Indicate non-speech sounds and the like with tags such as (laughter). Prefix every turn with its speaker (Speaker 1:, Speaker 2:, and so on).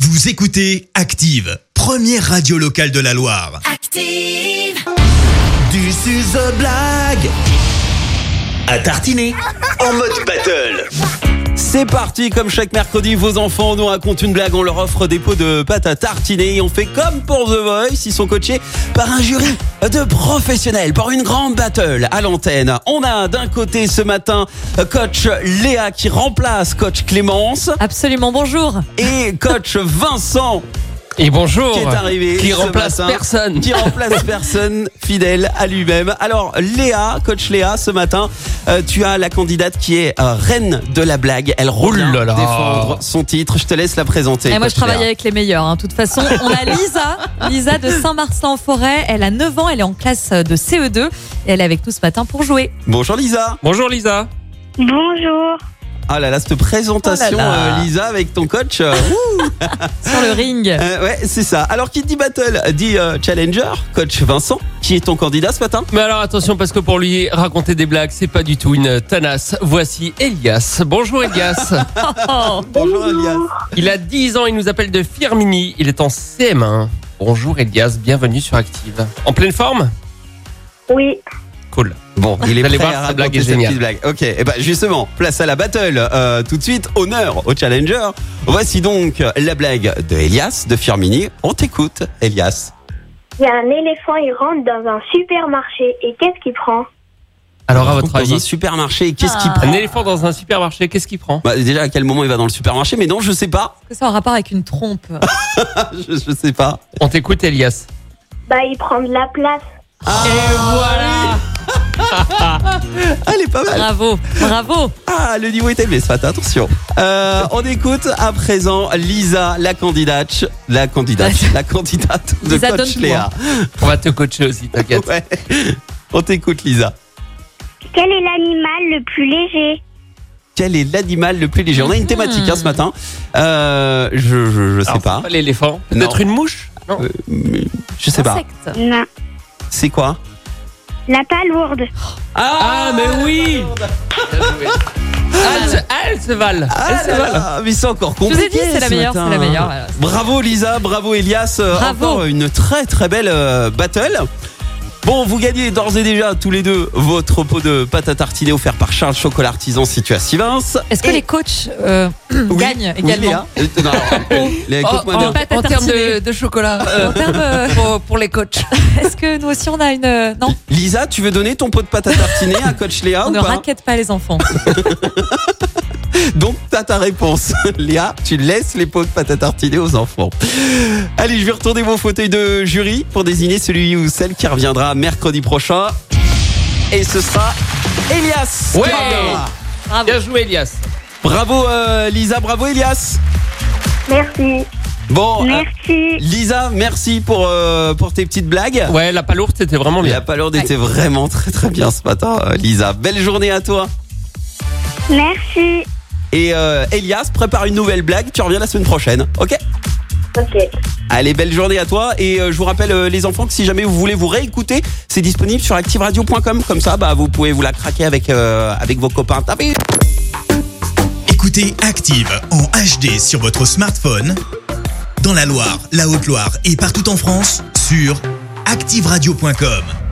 Speaker 1: Vous écoutez Active, première radio locale de la Loire.
Speaker 2: Active.
Speaker 3: Du suzo blague à tartiner en mode battle.
Speaker 4: C'est parti, comme chaque mercredi, vos enfants nous racontent une blague, on leur offre des pots de pâte à tartiner et on fait comme pour The Voice, ils sont coachés par un jury de professionnels pour une grande battle à l'antenne. On a d'un côté ce matin euh, coach Léa qui remplace coach Clémence
Speaker 5: Absolument, bonjour.
Speaker 4: et
Speaker 6: (laughs)
Speaker 4: coach Vincent
Speaker 6: Et bonjour.
Speaker 4: qui est arrivé
Speaker 6: Qui
Speaker 4: ce
Speaker 6: remplace
Speaker 4: matin,
Speaker 6: personne.
Speaker 4: Qui remplace personne, fidèle à lui-même. Alors Léa, coach Léa, ce matin, euh, tu as la candidate qui est euh, reine de la blague. Elle roule
Speaker 6: Oh là là.
Speaker 4: défendre son titre. Je te laisse la présenter.
Speaker 5: Et Eh, moi, je
Speaker 4: coach
Speaker 5: travaille
Speaker 4: Léa.
Speaker 5: avec les meilleurs. hein. De toute façon, on a
Speaker 4: (laughs)
Speaker 5: Lisa, Lisa de Saint-Martin-en-Forêt. Elle a 9 ans, elle est en classe euh, de CE2 et elle est avec nous ce matin pour jouer.
Speaker 4: Bonjour Lisa.
Speaker 6: Bonjour Lisa.
Speaker 7: Bonjour.
Speaker 4: Ah là là, cette présentation
Speaker 5: Oh là là.
Speaker 4: euh, Lisa avec ton coach.
Speaker 6: (laughs)
Speaker 4: euh,
Speaker 5: Sur le ring,
Speaker 4: euh, ouais, c'est ça. Alors qui dit battle dit euh, challenger, coach Vincent, qui est ton candidat ce matin
Speaker 6: Mais alors attention parce que pour lui raconter des blagues, c'est pas du tout une tanasse. Voici Elias.
Speaker 4: (laughs)
Speaker 6: Bonjour Elias.
Speaker 5: Oh,
Speaker 4: Bonjour Elias.
Speaker 6: il a 10 ans, il nous appelle de Firmini. Il est en CM1. Bonjour Elias, bienvenue sur Active. En pleine forme
Speaker 7: Oui.
Speaker 6: Cool.
Speaker 4: Bon, il est
Speaker 6: Vous allez
Speaker 4: prêt
Speaker 6: voir,
Speaker 4: à
Speaker 6: sa blague
Speaker 4: raconter
Speaker 6: est
Speaker 4: sa
Speaker 6: géniale.
Speaker 4: petite blague. Ok, et ben justement, place à la battle. Euh, tout de suite, honneur au challenger. Voici donc la blague de Elias de Firmini. On t'écoute, Elias.
Speaker 7: Il y a un éléphant, il rentre dans un supermarché et qu'est-ce qu'il prend
Speaker 6: Alors à votre
Speaker 4: Dans un
Speaker 6: avis,
Speaker 4: supermarché, qu'est-ce qu'il
Speaker 5: Ah.
Speaker 6: (laughs) un
Speaker 4: prend
Speaker 6: éléphant dans un supermarché, qu'est-ce qu'il prend
Speaker 4: Bah, Déjà, à quel moment il va dans le supermarché Mais non, je sais pas. (laughs)
Speaker 5: que ça en rapport avec une trompe.
Speaker 4: je, je sais pas.
Speaker 6: On t'écoute Elias.
Speaker 7: Bah, il prend de la place.
Speaker 6: Et voilà
Speaker 4: Ah, elle est pas mal.
Speaker 5: Bravo, bravo.
Speaker 4: Ah, le niveau est élevé ce matin, attention. Euh, on écoute à présent Lisa, la candidate, la
Speaker 5: (laughs)
Speaker 4: candidate, la candidate de
Speaker 5: Lisa,
Speaker 4: coach
Speaker 5: donne-toi.
Speaker 4: Léa.
Speaker 6: On va te coacher aussi, t'inquiète.
Speaker 4: Ouais. On t'écoute, Lisa.
Speaker 7: Quel est l'animal le plus léger
Speaker 4: Quel est l'animal le plus léger On a une thématique hein,
Speaker 5: Hmm.
Speaker 4: ce matin. Euh, je, je, je sais
Speaker 6: Alors,
Speaker 4: pas.
Speaker 6: c'est L'éléphant.
Speaker 4: Non.
Speaker 6: Peut-être une mouche Non.
Speaker 4: Euh, mais je sais pas.
Speaker 5: Insecte.
Speaker 7: Non.
Speaker 4: C'est quoi
Speaker 7: La palourde.
Speaker 6: Ah, mais oui Halte, halte, Val
Speaker 4: Ah
Speaker 6: Halte,
Speaker 4: là
Speaker 6: Val.
Speaker 4: là, mais c'est encore
Speaker 5: Je vous
Speaker 4: compliqué.
Speaker 5: ai dit, c'est la
Speaker 4: ce
Speaker 5: meilleure, c'est
Speaker 4: matin.
Speaker 5: la meilleure. voilà.
Speaker 4: Bravo Lisa, bravo Elias. Euh,
Speaker 5: Bravo.
Speaker 4: encore une très très belle euh, battle. Bon, vous gagnez d'ores et déjà tous les deux votre pot de pâte à tartiner offert par Charles Chocolat Artisan situé à Sivins.
Speaker 5: Est-ce que
Speaker 4: Et-
Speaker 5: les coachs euh,
Speaker 4: Oui,
Speaker 5: gagnent
Speaker 4: oui,
Speaker 5: également
Speaker 4: Léa. Euh, non, alors, Léa,
Speaker 6: Oh,
Speaker 4: écoute-moi
Speaker 6: oh,
Speaker 4: bien.
Speaker 5: De pâte à
Speaker 6: en termes de,
Speaker 5: tartiner.
Speaker 6: de chocolat, euh,
Speaker 5: En termes, euh,
Speaker 6: pour, pour les coachs.
Speaker 5: (laughs) Est-ce que nous aussi on a une. euh, Non,
Speaker 4: Lisa, tu veux donner ton pot de pâte à tartiner à coach Léa
Speaker 5: (laughs) on
Speaker 4: Ah, ou
Speaker 5: ne
Speaker 4: pas
Speaker 5: raquette pas les enfants.
Speaker 4: Donc, t'as ta réponse. (laughs) Léa, tu laisses les pots de pâte à tartiner aux enfants. Allez, je vais retourner mon fauteuil de jury pour désigner celui ou celle qui reviendra mercredi prochain. Et ce sera Elias. qui
Speaker 6: Ouais.
Speaker 4: reviendra.
Speaker 5: Bravo.
Speaker 6: Bien joué, Elias.
Speaker 4: Bravo euh, Lisa, bravo Elias.
Speaker 7: Merci.
Speaker 4: Bon, euh,
Speaker 7: Merci.
Speaker 4: Lisa, merci pour, euh, pour tes petites blagues.
Speaker 6: Ouais, la palourde, c'était vraiment
Speaker 4: La
Speaker 6: bien.
Speaker 4: palourde était vraiment très très bien ce matin, euh, Lisa. Belle journée à toi.
Speaker 7: Merci.
Speaker 4: Et euh, Elias, prépare une nouvelle blague, tu reviens la semaine prochaine, ok
Speaker 7: Ok.
Speaker 4: Allez, belle journée à toi. Et euh, je vous rappelle, euh, les enfants, que si jamais vous voulez vous réécouter, c'est disponible sur activeradio.com. Comme ça, bah, vous pouvez vous la craquer avec, euh, avec vos copains. T'as vu
Speaker 1: Écoutez Active en HD sur votre smartphone, dans la Loire, la Haute-Loire et partout en France, sur activeradio.com.